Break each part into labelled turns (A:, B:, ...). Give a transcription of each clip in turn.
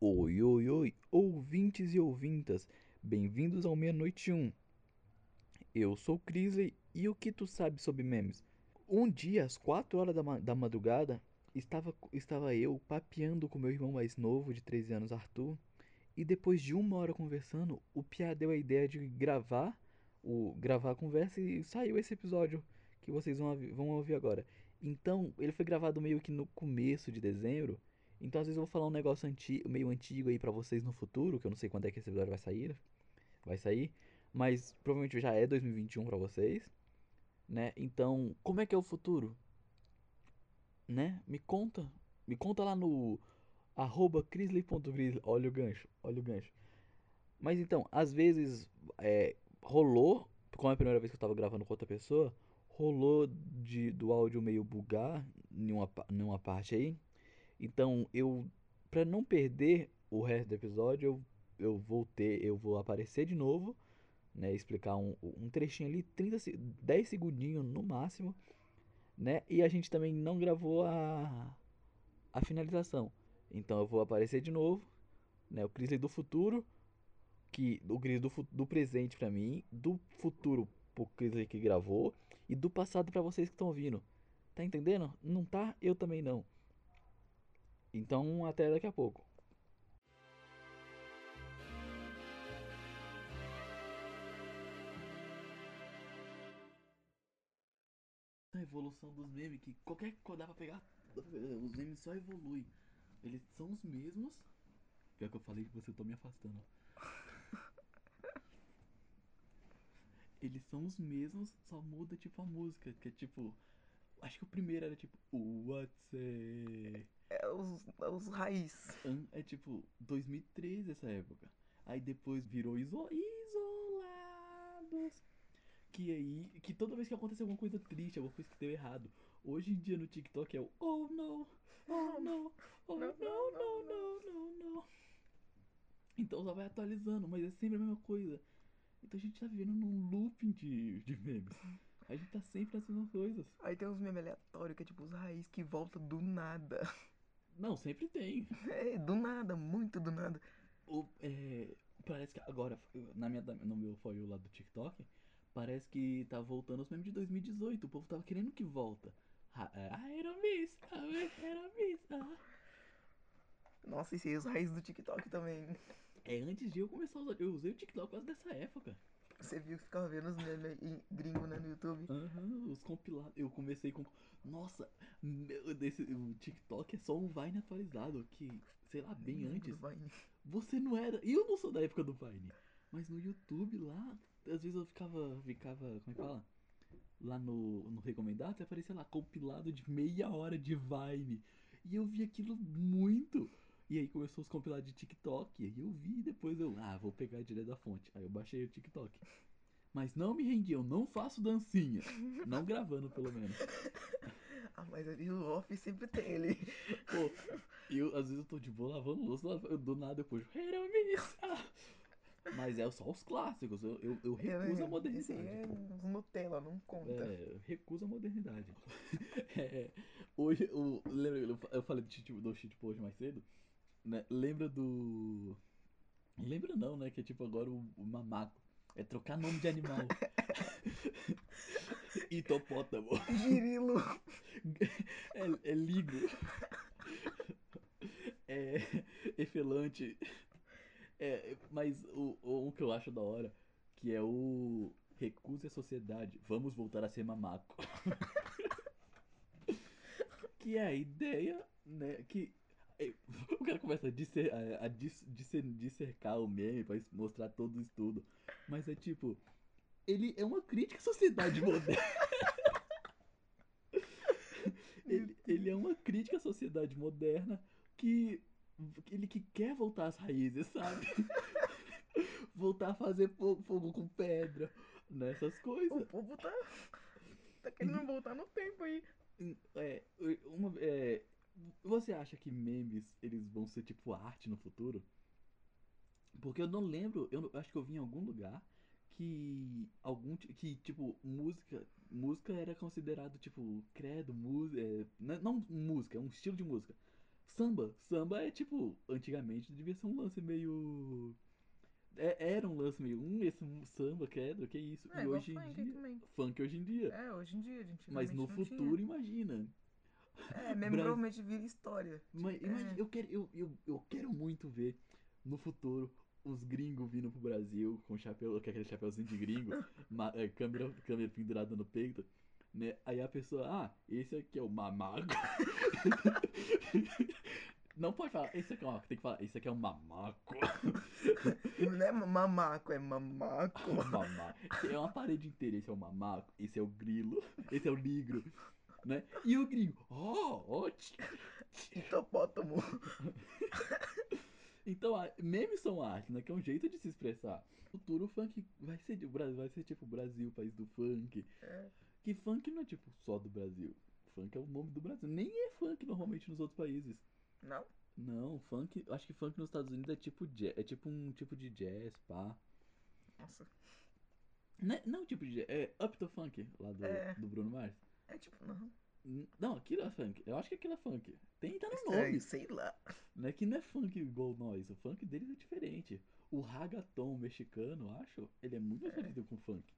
A: Oi, oi, oi, ouvintes e ouvintas, bem-vindos ao Meia Noite 1. Eu sou o Crisley e o que tu sabe sobre memes? Um dia, às 4 horas da, ma- da madrugada, estava, estava eu papeando com meu irmão mais novo, de 13 anos, Arthur, e depois de uma hora conversando, o Piá deu a ideia de gravar, o, gravar a conversa e saiu esse episódio que vocês vão, ouvi- vão ouvir agora. Então, ele foi gravado meio que no começo de dezembro, então às vezes eu vou falar um negócio anti- meio antigo aí pra vocês no futuro, que eu não sei quando é que esse episódio vai sair, vai sair, mas provavelmente já é 2021 pra vocês, né? Então, como é que é o futuro, né? Me conta, me conta lá no arroba crisley.grisley, olha o gancho, olha o gancho. Mas então, às vezes é, rolou, como é a primeira vez que eu tava gravando com outra pessoa, rolou de, do áudio meio bugar em uma, pa- em uma parte aí. Então eu, pra não perder o resto do episódio, eu, eu vou ter, eu vou aparecer de novo, né, explicar um, um trechinho ali, 30, se- 10 segundinhos no máximo, né, e a gente também não gravou a, a finalização. Então eu vou aparecer de novo, né, o Crisley do futuro, que o Cris do, fu- do presente pra mim, do futuro pro Cris que gravou e do passado pra vocês que estão ouvindo. Tá entendendo? Não tá? Eu também não. Então, até daqui a pouco. A evolução dos memes, que qualquer coisa dá pra pegar. Os memes só evoluem. Eles são os mesmos. Pior que eu falei que você eu tô me afastando. Eles são os mesmos, só muda tipo a música, que é tipo. Acho que o primeiro era tipo. What's up?
B: É os, é os raiz.
A: An- É tipo 2013 essa época. Aí depois virou iso isolados. Que aí, que toda vez que aconteceu alguma coisa triste, alguma coisa que deu errado, hoje em dia no TikTok é o oh não, oh não, oh não,
B: Não, não, não,
A: não, não, não, não. Então só vai atualizando, mas é sempre a mesma coisa. Então a gente tá vivendo num looping de, de memes. A gente tá sempre nas mesmas coisas.
B: Aí tem uns memes aleatórios que é tipo os raiz que volta do nada.
A: Não, sempre tem.
B: É, do nada, muito do nada.
A: O, é, parece que agora, na minha, no meu For You lá do TikTok, parece que tá voltando os memes de 2018. O povo tava querendo que volta. Ah, é, I era miss, ah, I era miss, ah.
B: Nossa, esse é os raiz do TikTok também.
A: É antes de eu começar a usar. Eu usei o TikTok por causa dessa época.
B: Você viu que ficava vendo os memes aí, gringo né, no YouTube?
A: Aham, os compilados. Eu comecei com. Nossa, meu, desse, o TikTok é só um Vine atualizado. Que, sei lá, bem
B: Lembro do
A: antes.
B: Vine.
A: Você não era. Eu não sou da época do Vine. Mas no YouTube lá, às vezes eu ficava. Ficava. Como é que fala? lá no, no recomendado, aparecia lá, compilado de meia hora de Vine. E eu vi aquilo muito. E aí começou os compilados de TikTok. E aí eu vi e depois eu, ah, vou pegar direto da fonte. Aí eu baixei o TikTok. Mas não me rendi, eu não faço dancinha. Não gravando, pelo menos.
B: Ah, mas ali o off sempre tem ele.
A: Pô, eu, às vezes eu tô de boa lavando louça, lava- eu, do nada eu puxo, "Era miss", ah. Mas é só os clássicos, eu, eu, eu recuso a
B: Esse aí
A: modernidade.
B: é uns Nutella, não conta.
A: É, eu recuso a modernidade. É, hoje, o, lembra, eu fa- eu falei do cheat, do cheat hoje mais cedo, né? Lembra do. Lembra não, né? Que é tipo agora o, o mamaco. É trocar nome de animal. Hipopótamo.
B: Girilo.
A: É, é ligro. É efelante. É, mas o, o- um que eu acho da hora, que é o. Recuse a sociedade. Vamos voltar a ser mamaco. que é a ideia, né, que é, o cara começa a, discer, a, a dis- discer- dissecar o meme pra es- mostrar todo o estudo, mas é tipo, ele é uma crítica à sociedade moderna, ele, ele é uma crítica à sociedade moderna que ele que quer voltar às raízes, sabe? Voltar a fazer fo- fogo com pedra, nessas
B: O
A: coisas.
B: povo tá, tá querendo voltar no tempo aí.
A: É, uma, é, você acha que memes eles vão ser tipo arte no futuro? Porque eu não lembro, eu não- eu acho que eu vi em algum lugar que algum ti- que tipo música, música era considerado tipo credo, música, não, música, é um é estilo de música. Samba. Samba é tipo, antigamente devia ser um lance meio. É- era um lance meio. Hum, esse samba, credo, que isso.
B: É,
A: e
B: igual
A: hoje em
B: funk
A: dia.
B: também.
A: Funk hoje em dia.
B: É, hoje em dia, gente.
A: Mas no
B: antigamente não
A: futuro, imagina.
B: Tinha. É, mesmo
A: Bras-
B: provavelmente vira história.
A: Mas
B: Tipo,
A: imagi-
B: é.
A: eu, quero, eu, eu, eu quero muito ver no futuro os gringos vindo pro Brasil com chapéu, com aquele chapéuzinho de gringo, ma- eh, câmera, câmera pendurada no peito, né? Aí a pessoa, ah, esse aqui é o mamago. Não pode falar, esse aqui é uma, tem que falar, esse aqui é um mamaco.
B: Não é mamaco, é mamaco.
A: Mamá. É uma parede inteira, esse é o mamaco, esse é o grilo, esse é o negro, né? E o gringo, oh, ótimo.
B: Hipopótamo.
A: Então, a- memes são arte, né? Que é um jeito de se expressar. No futuro, o funk vai ser, de- o Brasil, vai ser tipo o Brasil, o país do funk.
B: É.
A: Que funk não é tipo só do Brasil. Funk é o nome do Brasil. Nem é funk normalmente nos outros países.
B: Não?
A: Não, funk. eu Acho que funk nos Estados Unidos é tipo, ja- é tipo um tipo de jazz, pá.
B: Nossa.
A: Não, é- não tipo de jazz, é up to funk lá do,
B: É.
A: do Bruno Mars.
B: É tipo, não.
A: N- Não, aquilo é funk. Eu acho que aquilo é funk. Tem, tá no
B: Estranho,
A: nome.
B: sei lá.
A: Não é que não é funk igual nós, o funk deles é diferente. O ragatón mexicano, acho, ele é muito mais
B: É.
A: parecido com funk.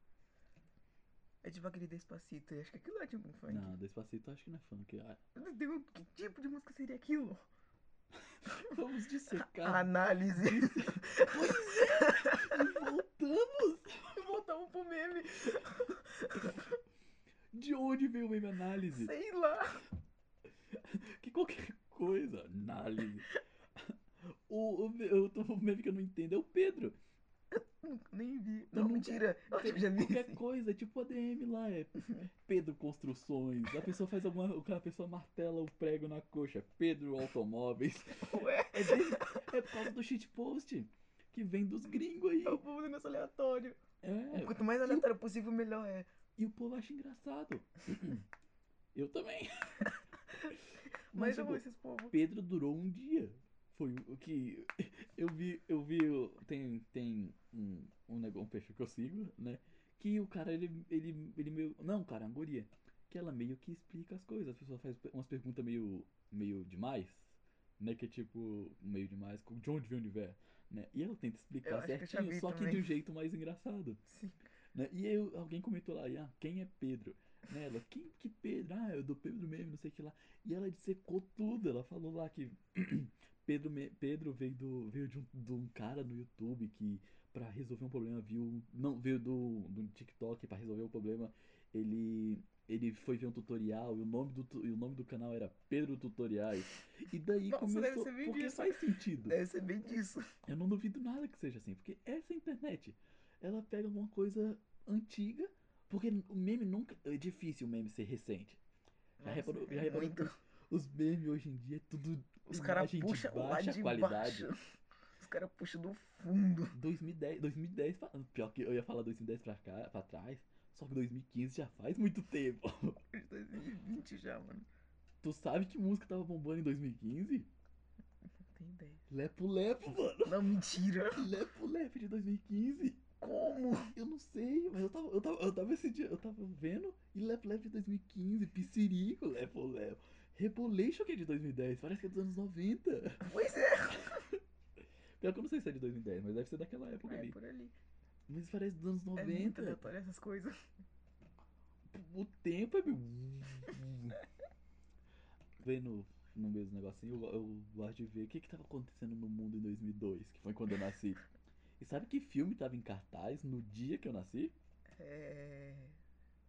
B: É tipo aquele despacito. eu Acho que aquilo é tipo um funk.
A: Não, Despacito acho que não é funk. Ah,
B: Meu Deus, que tipo de música seria aquilo?
A: Vamos
B: Ah,
A: dissecar.
B: Análise.
A: E
B: ah.
A: voltamos!
B: Botar um pro meme.
A: De onde veio o meme análise?
B: Sei lá.
A: Que qualquer coisa, análise. O, o, me- eu tô- o meme que eu não entendo é o Pedro.
B: Nunca- Nem vi.
A: Não,
B: Não,
A: nunca-
B: mentira. Eu acho que eu já vi.
A: Qualquer
B: sim.
A: coisa, é tipo ADM lá, é Pedro Construções. A pessoa faz alguma. A pessoa martela o prego na coxa. Pedro Automóveis.
B: Ué,
A: É, desse- é por causa do shitpost que vem dos gringos aí.
B: é o povo do nosso aleatório.
A: É,
B: Quanto mais aleatório possível, melhor é.
A: e o povo acha engraçado. Eu também.
B: Mas
A: Mas,
B: eu
A: tipo,
B: amo esses povos.
A: Pedro durou um dia. Foi o que eu vi, eu vi, tem, tem um, um, nego- um perfil que eu sigo, né? Que o cara, ele, ele, ele meio, não, cara, é uma guria, que ela meio que explica as coisas, a pessoa faz pe- umas perguntas meio, meio demais, né? Que é tipo, meio demais, com- de onde vem o universo, né? E ela tenta
B: Eu
A: explicar
B: acho que eu já
A: certinho,
B: vi
A: só que
B: também.
A: de um jeito mais engraçado.
B: Sim.
A: né? E eu, alguém comentou lá, ah, quem é Pedro? Né, Ela, quem que Pedro? Ah, eu do Pedro mesmo, não sei o que lá. E ela dissecou tudo, ela falou lá que Pedro, me- Pedro veio, do, veio de, um, de um cara no YouTube que pra resolver um problema viu. Não, veio do, do TikTok pra resolver um problema. Ele. Ele foi ver um tutorial e o nome do, tu- e o nome do canal era Pedro Tutoriais. E daí
B: Nossa, deve
A: começou.
B: ser bem É.
A: Porque
B: disso.
A: faz sentido.
B: Deve ser bem disso.
A: Eu não duvido nada que seja assim, porque essa internet, ela pega alguma coisa antiga, porque o meme nunca. É difícil o meme ser recente. Já reparou- já reparou
B: é muito.
A: Os memes hoje em dia é tudo.
B: Os caras
A: imagem de
B: puxam o lado
A: baixa
B: de
A: qualidade.
B: baixo. Os caras puxam do fundo.
A: 2010, 2010, pra- pior que eu ia falar 2010 pra, cá, pra trás, só que 2015 já faz muito tempo.
B: 2020 já, mano.
A: Tu sabe que música tava bombando em 2015?
B: Não tem ideia.
A: Lepo Lepo, mano.
B: Não, mentira.
A: Lepo Lepo de 2015.
B: Como?
A: Eu não sei, mas eu tava, eu tava, eu tava esse dia, eu tava vendo e Lep Lep de 2015, Piscirico, Lep Lep. Rebolation que é de 2010, parece que é dos anos 90.
B: Pois é.
A: Pior que eu não sei se é de 2010, mas deve ser daquela época
B: É
A: ali.
B: por ali.
A: Mas parece dos anos
B: É muito
A: 90.
B: aleatório essas coisas.
A: o tempo é meu. Vendo no mesmo negocinho, eu, eu gosto de ver o que, que tava acontecendo no mundo em 2002, que foi quando eu nasci. E sabe que filme tava em cartaz no dia que eu nasci?
B: É.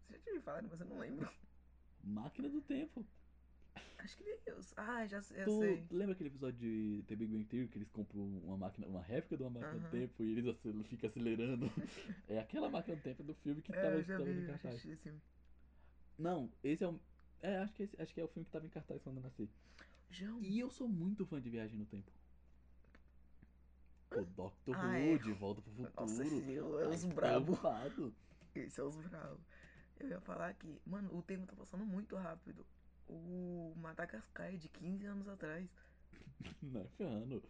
B: Você já tinha me falado, mas eu não lembro.
A: Máquina do Tempo.
B: Acho que Deus. Ah, já eu
A: Tu
B: sei.
A: lembra aquele episódio de The Big Bang Theory que eles compram uma máquina, uma réplica de uma máquina do
B: Aham.
A: tempo e eles acel- ficam acelerando? é aquela máquina do tempo do filme que
B: É,
A: tava,
B: eu já
A: tava
B: vi,
A: em
B: eu já
A: cartaz.
B: assisti esse filme.
A: Não, esse é o. É, acho que, esse- acho que é o filme que tava em cartaz quando eu nasci.
B: João.
A: E eu sou muito fã de Viagem no Tempo. O Dr.
B: Ah, é.
A: Who, de Volta pro Futuro.
B: Nossa, esse é
A: Tá
B: os brabo.
A: estampado.
B: Esse é os brabo. Eu ia falar que, mano, o tempo tá passando muito rápido. O Madagascar é de 15 anos atrás.
A: Não é ferrando.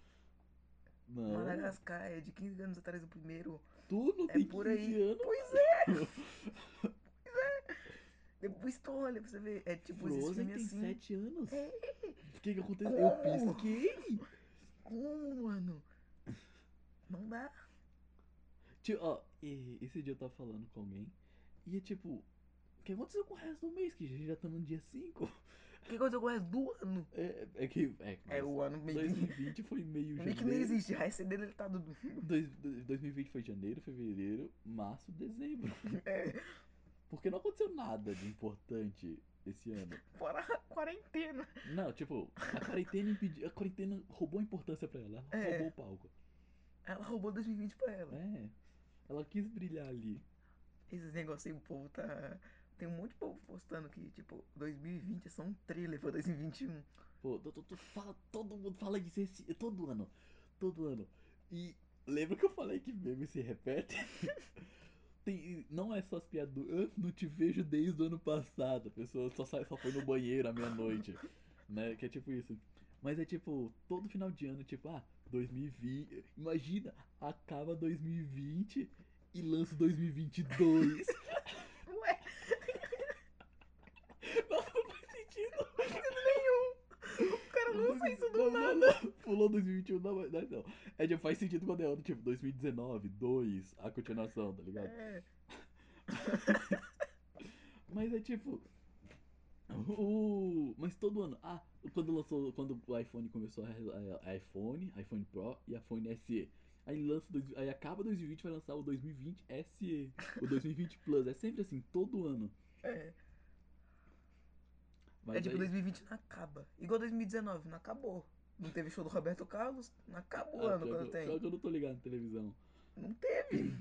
A: Não,
B: Madagascar é de 15 anos atrás do primeiro.
A: tu não
B: É
A: tem
B: por
A: 15
B: aí.
A: anos.
B: Pois é! Depois tu olha pra você ver. É tipo esses
A: Frozen
B: filmes
A: tem
B: assim. É.
A: 7 anos. O que que aconteceu? Eu pesquei.
B: Como, mano? um Não dá.
A: Tipo, ó, e- esse dia eu tava falando com alguém. E é tipo, o que aconteceu com o resto do mês? Que já- já tá no dia 5.
B: O que aconteceu com o resto do ano?
A: É, é que. É,
B: É,
A: mas
B: o ano meio que,
A: 2020 foi meio
B: meio que não
A: janeiro.
B: existe. A CD dele tá do.
A: Dois- dois- 2020 foi janeiro, fevereiro, março, dezembro.
B: É,
A: Porque não aconteceu nada de importante esse ano.
B: fora a quarentena.
A: Não, tipo, a quarentena impediu. A quarentena roubou a importância pra ela. Ela
B: É.
A: roubou o palco.
B: Ela roubou 2020 pra ela.
A: É. Ela quis brilhar ali.
B: Esses negócios aí, o povo tá. Tem um monte de povo postando que, tipo, 2020 é só um trailer pra 2021.
A: Pô, tu, tu- tu fala, todo mundo fala disso esse, todo ano. Todo ano. E lembra que eu falei que meme se repete? Tem, não é só as piadas do "Ah, não te vejo desde o ano passado. A pessoa só, sai, só foi no banheiro à meia-noite. Né? Que é tipo isso. Mas é tipo, todo final de ano, tipo, ah, 2020. Imagina, acaba 2020 e lança 2022.
B: Ué,
A: não, não faz sentido.
B: o cara lança isso do
A: não, não, não. Pulou 2021, não, mas mas não. É, tipo, faz sentido quando é ano, tipo, 2019, 2, a continuação, tá ligado?
B: É.
A: Mas é tipo. O... Mas todo ano. Ah, quando lançou. Quando o iPhone começou a, a- a iPhone, iPhone Pro e iPhone SE. Aí lança. dois- Aí acaba 2020 vai lançar o 2020 SE. O 2020 Plus. É sempre assim, todo ano.
B: É,
A: Mas
B: é tipo,
A: aí-
B: 2020 não acaba. Igual 2019, não acabou. Não teve show do Roberto Carlos, não acabou o
A: Ah,
B: um ano
A: pior
B: quando
A: que eu- pior
B: tem.
A: que eu não tô ligado na televisão.
B: Não teve.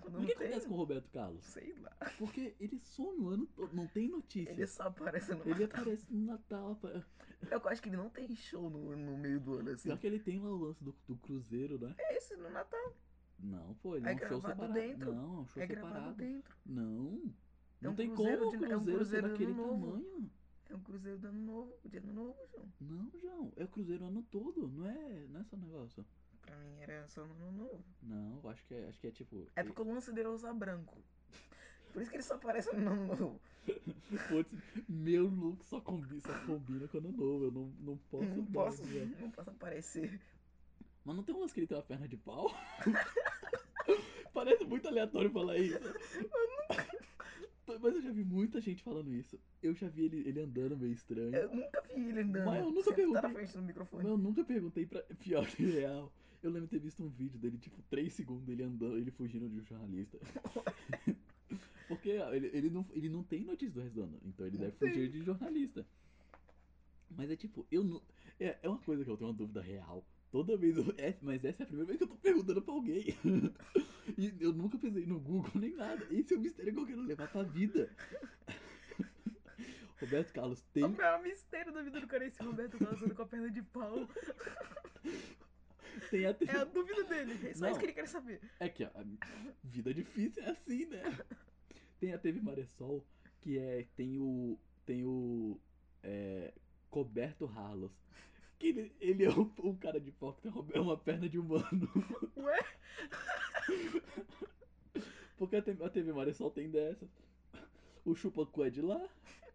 B: Quando
A: o
B: não
A: que
B: tem,
A: acontece com o Roberto Carlos?
B: sei lá.
A: Porque ele some o ano todo, não tem notícias.
B: Ele só aparece no
A: Ele é-
B: Natal.
A: aparece no Natal. apa-
B: Eu acho que ele não tem show no, no meio do ano, assim.
A: Pior que ele tem lá o lance do, do Cruzeiro, né?
B: É esse no Natal.
A: Não, pô, ele
B: É
A: é um show separado.
B: gravado dentro.
A: Não, é um show
B: É
A: separado.
B: gravado dentro.
A: Não.
B: É
A: Não
B: um
A: tem
B: cruzeiro
A: como o
B: de- é um
A: Cruzeiro, ser
B: cruzeiro de
A: daquele
B: ano novo.
A: tamanho.
B: É um cruzeiro do ano novo, o dia do ano novo, João.
A: Não, João. É o Cruzeiro o ano todo, não é, não é só um negócio.
B: Pra mim era só no ano novo.
A: Não, eu acho que é, acho que é tipo.
B: É porque o lance dele é usar branco. Por isso que ele só aparece no ano novo.
A: Putz, meu look só combina, só combina com o ano novo. Eu não, não posso.
B: não,
A: dar né?
B: posso,
A: esse jeito.
B: não posso aparecer.
A: Mas não tem um lance que ele tem uma perna de pau? Parece muito aleatório falar isso. Mas eu já vi muita gente falando isso. Eu já vi ele, ele andando meio estranho.
B: Eu nunca vi ele andando.
A: Mas eu nunca
B: sentado
A: perguntei.
B: na frente do
A: Mas
B: microfone.
A: eu nunca perguntei pra. Pior que real. Eu lembro de ter visto um vídeo dele, tipo, 3 segundos, ele andando, ele fugindo de um jornalista. Porque ó, ele, ele, não, ele não tem notícia do resto do ano, então ele
B: Não
A: deve fugir de jornalista. Mas é tipo, eu não. É, é uma coisa que eu tenho uma dúvida real. Toda vez. eu- é, mas essa é a primeira vez que eu tô perguntando pra alguém. e eu nunca pensei no Google nem nada. Esse é o mistério que eu quero levar pra vida. Roberto Carlos tem
B: O maior mistério da vida do cara é esse Roberto Carlos andando com a perna de pau.
A: tem a
B: É a dúvida dele. É só
A: Não.
B: isso que ele quer saber.
A: É que a vida difícil é assim, né? Tem a TV Maressol, que é. Tem o. Tem o. É, Coberto Harlos. Que ele, ele é um, um cara de pau que tem uma- é uma perna de humano.
B: Ué?
A: Porque a TV, a TV Maressol tem dessas. O Chupacu é de lá.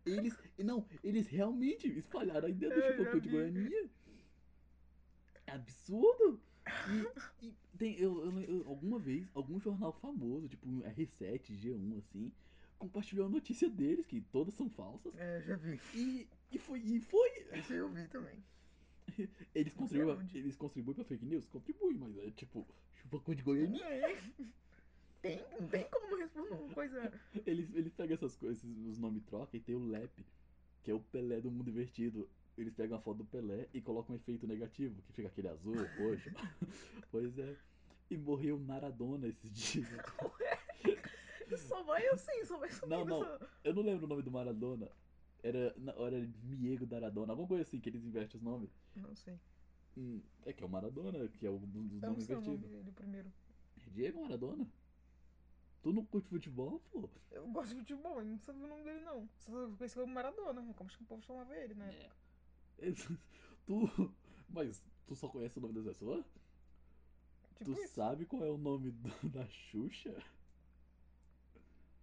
A: Eles. Não, eles realmente espalharam a ideia do
B: Eu já
A: Chupacu de
B: vi.
A: Goiânia. É absurdo! E, e tem, eu, eu- eu- alguma vez, algum jornal famoso, tipo um R7, G1, assim, compartilhou a notícia deles, que todas são falsas,
B: É, eu já vi.
A: e, e foi, e foi.
B: Isso eu vi também.
A: Eles
B: Não sei
A: contribuem,
B: aonde.
A: eles contribuem pra fake news? Contribuem, mas é tipo, chupacu de Goiânia.
B: é? Tem, não tem como não responder uma coisa.
A: Eles, eles pegam essas coisas, esses- os nomes trocam e tem o Lep, que é o Pelé do mundo invertido. Eles pegam a foto do Pelé e colocam um efeito negativo, que fica aquele azul, roxo. pois é. E morreu Maradona esses dias.
B: Isso Então, só vai assim, só vai subindo.
A: não.
B: só.
A: Eu não lembro o nome do Maradona. Era, na- era Miego Daradona, alguma coisa assim que eles invertem os nomes.
B: Não sei.
A: Hum, é que é o Maradona, que é um dos dos
B: Eu não
A: nomes
B: sei o nome
A: invertidos.
B: dele primeiro.
A: É Diego Maradona? Tu não curte futebol, pô?
B: Eu gosto de futebol, eu não sabia o nome dele, não. Só conheci como Maradona, né? como acho que o povo chamava ele, né?
A: É. Tu. Mas tu só conhece o nome das pessoas?
B: Tipo
A: tu
B: isso.
A: sabe qual é o nome do- da Xuxa?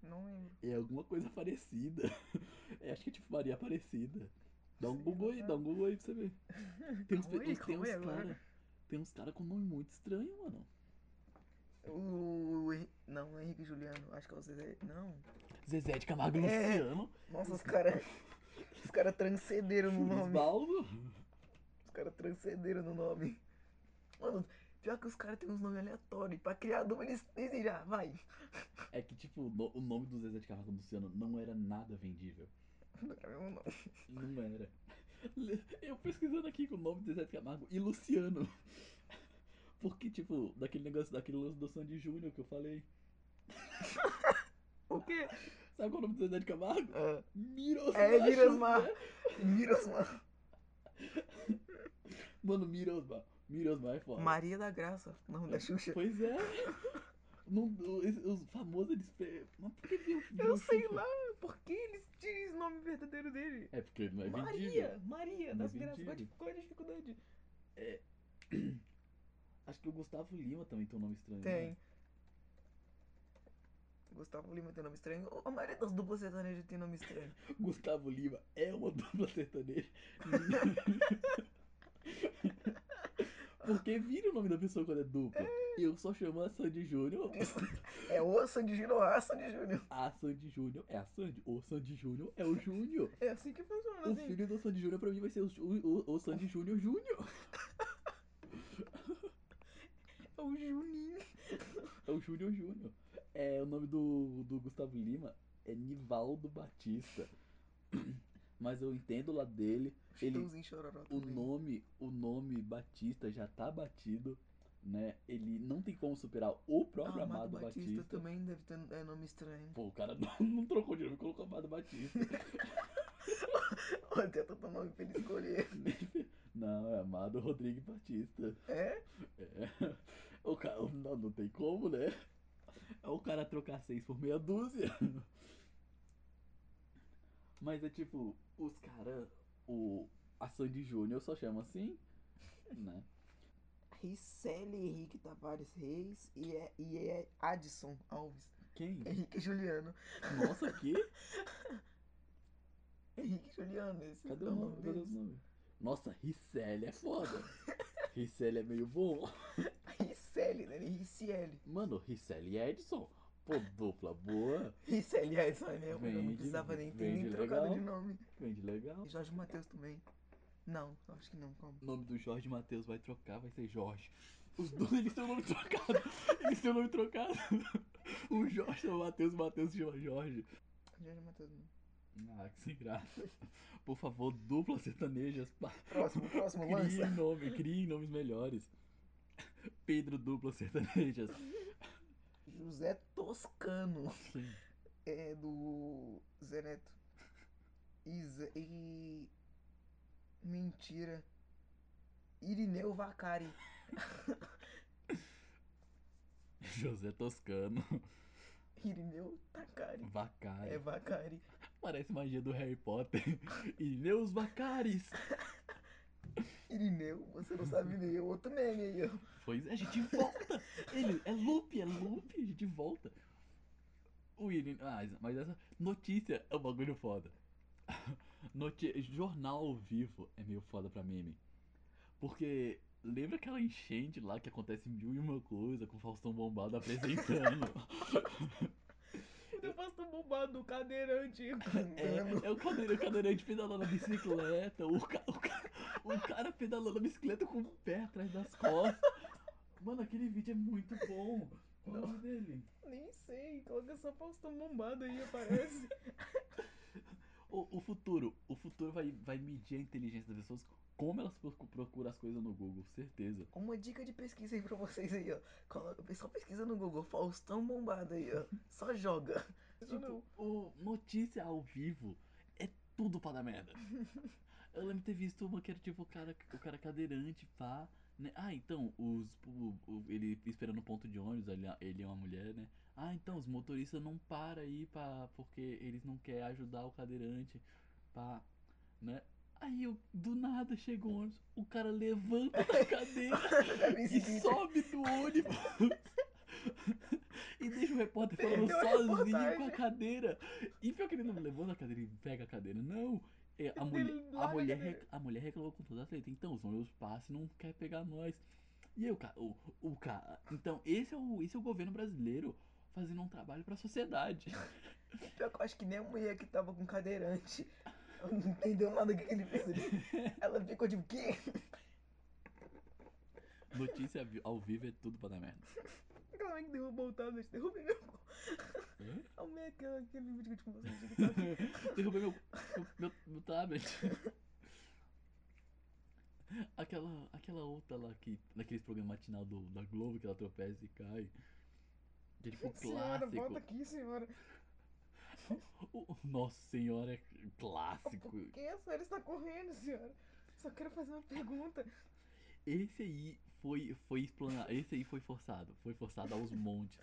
B: Não lembro.
A: É alguma coisa parecida. É, acho que é tipo Maria Aparecida. Dá um Google aí, dá um Google aí pra você ver. Tem uns,
B: Calma aí,
A: pe- tem
B: calma
A: uns
B: aí é agora.
A: cara. Tem uns cara com nome muito estranho, mano.
B: O. Henri- Não, o Henrique Juliano. Acho que é o Zezé. Não.
A: Zezé de Camargo
B: É.
A: Luciano.
B: Nossa, os caras. Os caras transcederam no É, um nome.
A: Lisbaldo.
B: Os caras transcenderam no nome. Mano, pior que os caras têm uns nomes aleatórios. Pra criador, eles dizem já, vai.
A: É que, tipo, o no- o nome do Zezé de Camargo Luciano não era nada vendível.
B: Não era mesmo, não.
A: Não era. Eu pesquisando aqui com o nome de Zezé de Camargo e Luciano. Porque, tipo, daquele negócio, daquele lance do Sandy Júnior que eu falei.
B: O quê?
A: Sabe qual é o nome do Zezé de Camargo?
B: Ah,
A: Mirosmar.
B: É, Mirosmar.
A: José.
B: Mirosmar.
A: Mano, Mirosmar. Mirosmar é foda.
B: Maria da Graça, o nome da Xuxa.
A: Pois é. Não, os, os famosos, eles... pe- Mas por que viu?
B: Eu sei lá, por que eles tiram esse nome verdadeiro dele?
A: É porque não é vendível.
B: Maria, Maria,
A: Não é
B: das graças. Qual a
A: vendido.
B: dif- qual a dificuldade?
A: É, Acho que o Gustavo Lima também tem um nome estranho.
B: Tem.
A: Né?
B: Gustavo Lima tem nome estranho. A maioria das duplas sertanejas tem nome estranho.
A: Gustavo Lima é uma dupla sertaneja. Porque vira o nome da pessoa quando é dupla. Eu só chamo a Sandy Júnior.
B: É o Sandy Júnior, a Sandy Júnior.
A: A Sandy Júnior é a Sandy. O Sandy Júnior é o Júnior.
B: É assim que funciona,
A: O
B: assim.
A: filho do Sandy Júnior pra mim vai ser o, o, o Sandy Júnior Júnior.
B: É o Juninho.
A: É o Júnior Júnior. É, o nome do, do Gustavo Lima é Nivaldo Batista. Mas eu entendo lá dele. Ele,
B: Chitãozinho Chororó
A: o
B: também.
A: nome, o nome Batista já tá batido, né? Ele não tem como superar o próprio Ah, Amado,
B: Ah, Amado
A: Batista.
B: Batista também deve ter é, nome estranho.
A: Pô, o cara não, não trocou de nome, colocou Amado Batista.
B: Até tanto nome pra ele escolher.
A: não, é Amado Rodrigues Batista.
B: É?
A: É. O cara, não, não tem como, né? É o cara trocar seis por meia dúzia. Mas é tipo, os caras, o a Sandy Júnior só chama assim, né?
B: Ricele Henrique Tavares Reis e é, e é Adson Alves.
A: Quem?
B: Henrique Juliano.
A: Nossa, que?
B: Henrique Juliano, esse
A: Cadê
B: é
A: o nome? Cadê o
B: deles.
A: nome? Nossa, Ricelli é foda. Ricelli é meio bom.
B: Ricele, né? Ricele.
A: Mano, Ricelli e Edson. Pô, dupla boa.
B: Ricele, é isso aí mesmo. eu não
A: Vende,
B: precisava nem ter
A: vende
B: nem trocado de
A: legal.
B: nome.
A: Grande legal.
B: E Jorge Matheus também. Não, acho que não, calma.
A: O nome do Jorge Matheus vai trocar, vai ser Jorge. Os dois, eles têm o nome trocado. Eles têm o nome trocado. O Jorge é o Matheus, o Matheus se chama Jorge.
B: Jorge Matheus não.
A: Ah, que sem graça. Por favor, dupla sertanejas. pá.
B: Próximo, próximo, lança.
A: Criem nome, criem nomes melhores. Pedro dupla sertanejas.
B: José Toscano.
A: Sim.
B: É do Zé Neto. E, Zé- e- Mentira. Irineu Vacari.
A: José Toscano.
B: Irineu Takari.
A: Vacari.
B: É Vacari.
A: Parece magia do Harry Potter. E meus vacares.
B: Irineu, você não sabe ler. Outro meme aí, ó.
A: Pois é, a gente volta. Ele é loop, é loop, a gente volta. O Irene. Ah, mas essa notícia é um bagulho foda. Noti jornal ao vivo é meio foda pra meme. Porque lembra aquela enchente lá que acontece mil e uma coisa com o Faustão Bombado apresentando?
B: Eu faço bombado do cadeirante. Né,
A: É, é o cadeirante, o cadeirante pedalando a bicicleta, o, ca, o, ca- o cara pedalando a bicicleta com o pé atrás das costas. Mano, aquele vídeo é muito bom. Qual o nome dele?
B: Nem sei. Coloca só Faustão bombado aí, aparece.
A: O, o futuro, o futuro vai, vai medir a inteligência das pessoas, como elas procu- procuram as coisas no Google, certeza.
B: Uma dica de pesquisa aí pra vocês aí, ó. Coloca, só pesquisa no Google, Faustão bombado aí, ó. Só joga.
A: Tipo, o notícia ao vivo é tudo pra dar merda. Eu lembro de ter visto uma que era tipo o cara, o cara cadeirante, pá. Né? Ah, então, os, o- o- ele esperando o ponto de ônibus, ele, ele é uma mulher, né? Ah, então, os motoristas não param aí pra, porque eles não querem ajudar o cadeirante, pá, né? Aí, eu, do nada, chega o ônibus, o cara levanta da cadeira
B: Tipo, Já vi
A: e
B: seguinte,
A: sobe do ônibus. E deixa o repórter falando
B: Perdeu a
A: sozinho com a
B: reportagem.
A: cadeira. E pior que ele não levanta a cadeira e pega a cadeira. Não. É, A, mulher-
B: Ele
A: a,
B: larga a
A: mulher,
B: cadeira.
A: rec- a mulher reclamou com todos os atletas. Então, são meus passes, não quer pegar nós. E eu, cara, o, o cara. Então, esse é o, esse é o governo brasileiro fazendo um trabalho pra sociedade.
B: Pior que eu acho que nem a mulher que tava com cadeirante ela não entendeu nada do que ele fez ali. Ela ficou tipo, quê?
A: Notícia vi- ao vivo é tudo pra dar merda.
B: Aquela mulher que derrubou o tablet, derrubei meu cu.
A: Hã?
B: A mulher que aquele vídeo que eu te mostrei. que tá-
A: Derrubei meu, meu, meu, meu tablet. Aquela, aquela outra lá que. Naqueles programas matinal do, da Globo que ela tropeça e cai. Que é tipo
B: Senhora, volta
A: clássico.
B: aqui, senhora.
A: O- o Nossa senhora é clássico.
B: Por que é a senhora está correndo, senhora? Só quero fazer uma pergunta.
A: Esse aí foi, foi explanado. Esse aí foi forçado. Foi forçado aos montes.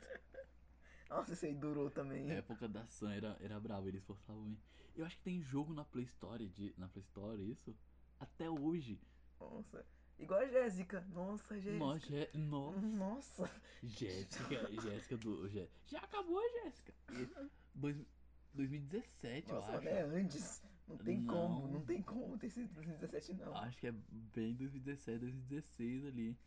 B: Nossa, esse aí durou também.
A: Na época da Sun era, era bravo, eles forçavam. hein? Eu acho que tem jogo na Play Store de. Na Play Store, isso? Até hoje.
B: Nossa. Igual a Jéssica. Nossa, Jéssica.
A: Nossa, é- nossa.
B: Nossa.
A: Jéssica, Jéssica do. Jé- Já acabou, Jéssica. E- Dois, 2017,
B: Nossa,
A: eu
B: mas
A: acho.
B: é antes. Não tem como,
A: Não.
B: não tem como ter sido 2017, não.
A: Acho que é bem 2017, 2016 ali.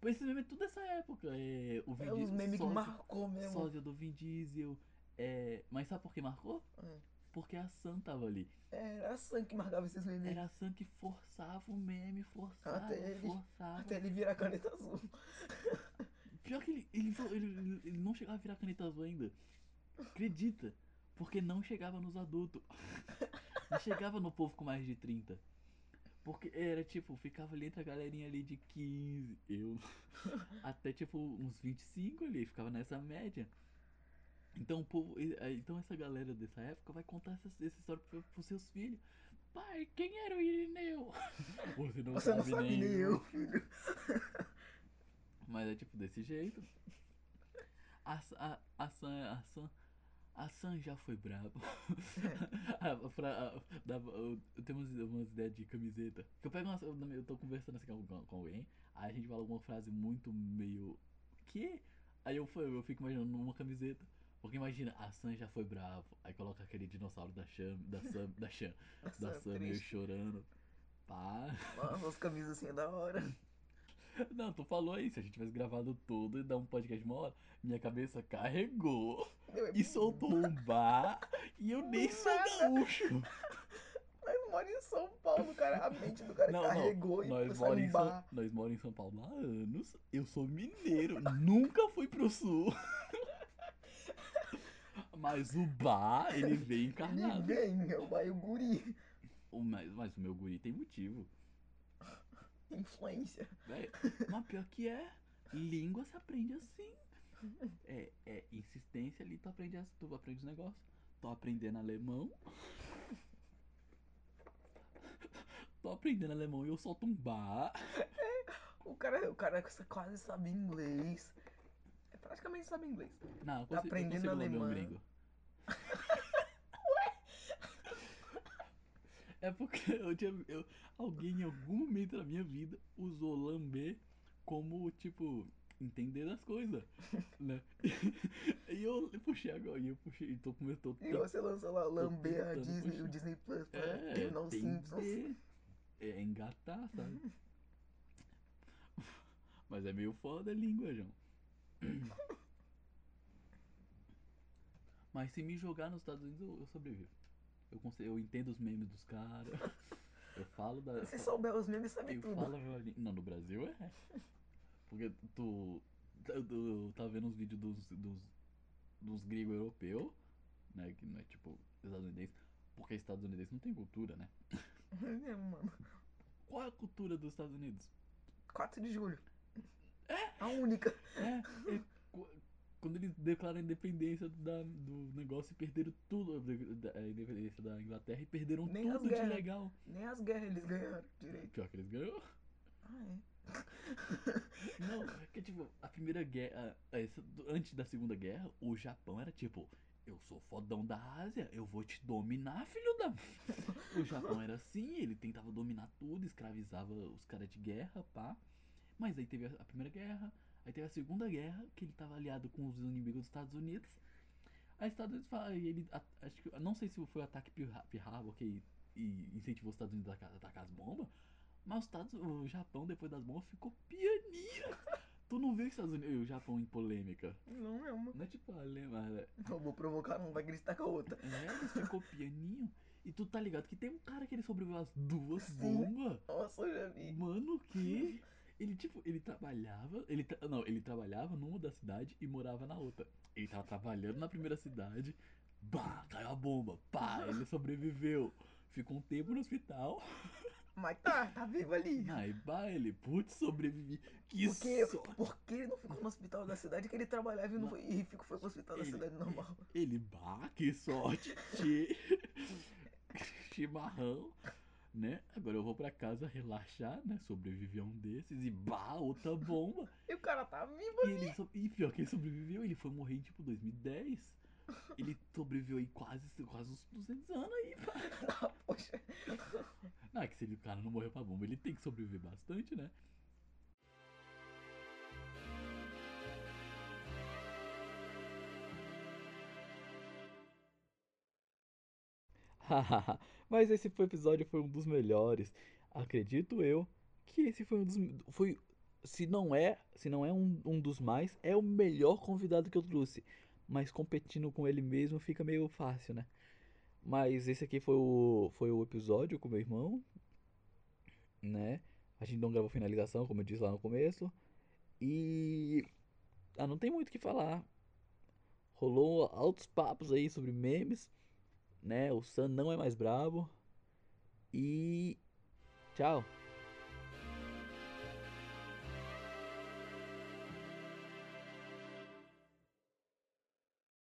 A: Pois esse meme é tudo dessa época. É, o Vin
B: é os
A: Diesel-
B: memes que
A: sósia-
B: marcou mesmo.
A: Sósia do Vin Diesel. É, mas sabe por que marcou?
B: Hum.
A: Porque a Sam tava ali.
B: Era a Sam que marcava esses memes.
A: Era a Sam que forçava o meme, forçava,
B: Né? Até ele-
A: forçava.
B: Até ele virar a caneta azul.
A: Pior que ele, ele, falou- ele, ele- ele não chegava a virar caneta azul ainda. Acredita? Porque não chegava nos adultos. Não chegava no povo com mais de 30. Porque era tipo, ficava ali entre a galerinha ali de 15, eu. Até tipo uns 25 ali, ficava nessa média. Então o povo. e- aí, Então essa galera dessa época vai contar essa, essa história pro- pros seus filhos. Pai, quem era o Irineu? Você não
B: Você não
A: sabe
B: sabe nem eu, filho.
A: mas é tipo desse jeito. A, Sa- a, a, Sam, a, Sam, a Sam já foi braba. A- pra- a- dava- eu, eu tenho umas, umas ideias de camiseta. Que eu pego umas, eu, eu tô conversando assim com, com- com alguém, aí a gente fala alguma frase muito meio. Que? Aí eu, fa- eu fico imaginando uma camiseta. Porque imagina, a Sam já foi brava. Aí coloca aquele dinossauro da Sham, da Sam, da Sham,
B: Nossa,
A: da
B: é
A: Sam meio
B: triste.
A: chorando. Pá.
B: Nossa, as camisas assim é da hora.
A: Não, tu falou aí, se a gente tivesse gravado tudo e dar um podcast de uma hora, minha cabeça carregou
B: Meu, é
A: e soltou um bar e eu nem sou
B: Nada.
A: gaúcho.
B: Mas mora em São Paulo, cara. A mente do cara
A: Não, não,
B: carregou e
A: Nós
B: foi sair
A: moramos
B: um
A: em, São-
B: bar.
A: nós mora em São Paulo há anos, eu sou mineiro, nunca fui pro sul. Mas o bar, ele veio
B: Ele
A: encarnado.
B: vem, é o bairro guri.
A: O- Mas, mas o meu guri tem motivo.
B: Influência.
A: Véi, mas pior que é, língua se aprende assim. É, é insistência ali, tu aprende, as- tu aprende os negócios. Tô aprendendo alemão. Tô aprendendo alemão e eu solto um bar.
B: O cara, o cara quase sabe inglês. É, praticamente sabe inglês.
A: Não, eu consigo,
B: Tá
A: eu consigo
B: aprendendo
A: lamber
B: alemão.
A: um gringo. É porque eu tinha. eu- alguém em algum momento da minha vida usou lamber como, tipo, entender as coisas. Né? E eu puxei agora, e eu puxei, e tô começando.
B: E você lançou lá lamber a
A: tentando
B: Disney,
A: puxar.
B: o Disney Plus né? pra
A: É,
B: terminar os
A: tem
B: Simpsons.
A: de- É engatar, sabe? Mas é meio foda a língua, João. Mas se me jogar nos Estados Unidos, eu, eu sobrevivo. Eu, conse- eu entendo os memes dos caras. Eu falo da.
B: Se souber os memes, sabe
A: Eu
B: tudo.
A: falo a minha língua. Não, no Brasil é. Porque tu. Eu, eu, eu tava vendo uns vídeos dos, dos, dos gringos europeus, né? Que não é tipo estadunidense. Porque estadunidense não tem cultura, né?
B: É, mano.
A: Qual é a cultura dos Estados Unidos?
B: 4 de julho. É? A única.
A: É, é qu- quando eles declaram a independência da- do negócio e perderam tudo, da- da- a independência da Inglaterra e perderam
B: Nem as
A: tudo de
B: guerras.
A: legal.
B: Nem as guerras eles ganharam direito.
A: Pior que eles ganhou.
B: Ah, é.
A: Não, que tipo, a primeira guerra. a- essa- Antes da Segunda Guerra, o Japão era tipo. Eu sou fodão da Ásia, eu vou te dominar, filho da. O Japão era assim, ele tentava dominar tudo, escravizava os caras de guerra, pá. Mas aí teve a a primeira guerra, Aí teve a Segunda Guerra, que ele tava aliado com os inimigos dos Estados Unidos. Aí os Estados Unidos fala, e ele, a- acho que, não sei se foi o ataque Pearl Ha- Pearl Harbor que e incentivou os Estados Unidos a atacar, atacar as bombas, mas os Estados, o Japão, depois das bombas, ficou pianinha. tu não viu os Estados Unidos e o Japão em polêmica?
B: Não é uma.
A: Não é tipo polêmica,
B: Não vou provocar, não vai gritar com a outra.
A: né? Eles ficou pianinho. E tu tá ligado que tem um cara que ele sobreviveu às duas
B: Sim.
A: bombas?
B: Nossa, eu já vi.
A: Mano, que. Ele, tipo, ele trabalhava. Ele tra- Não, ele trabalhava numa da cidade e morava na outra. Ele tava trabalhando na primeira cidade. Bah, caiu a bomba. Pá, ele sobreviveu. Ficou um tempo no hospital.
B: Mas tá, tá vivo ali.
A: Aí, bah, ele, putz, sobrevivi. Que
B: Por que,
A: sorte.
B: por que ele não ficou no hospital da cidade que ele trabalhava e, não
A: Não.
B: foi, e ficou, foi pro hospital da
A: Ele-
B: cidade normal?
A: Ele, bah, que sorte. Che... Chimarrão. Né? Agora eu vou pra casa relaxar, né? Sobreviver a um desses. E bah, outra bomba.
B: E o cara tá vivo.
A: E, ele so- e pior que ele sobreviveu, ele foi morrer em tipo 2010. Ele sobreviveu aí quase, quase uns 200 anos aí.
B: Ah, poxa.
A: Não, é que se ele, o cara não morreu pra bomba, ele tem que sobreviver bastante, né?
C: Hahaha, Mas esse foi- episódio foi um dos melhores. Acredito eu que esse foi um dos. Foi, se não é, se não é um, um dos mais, é o melhor convidado que eu trouxe. Mas competindo com ele mesmo fica meio fácil, né? Mas esse aqui foi o, foi o episódio com meu irmão. Né? A gente não gravou finalização, como eu disse lá no começo. E. Ah, não tem muito o que falar. Rolou altos papos aí sobre memes né? O Sam não é mais bravo. E tchau.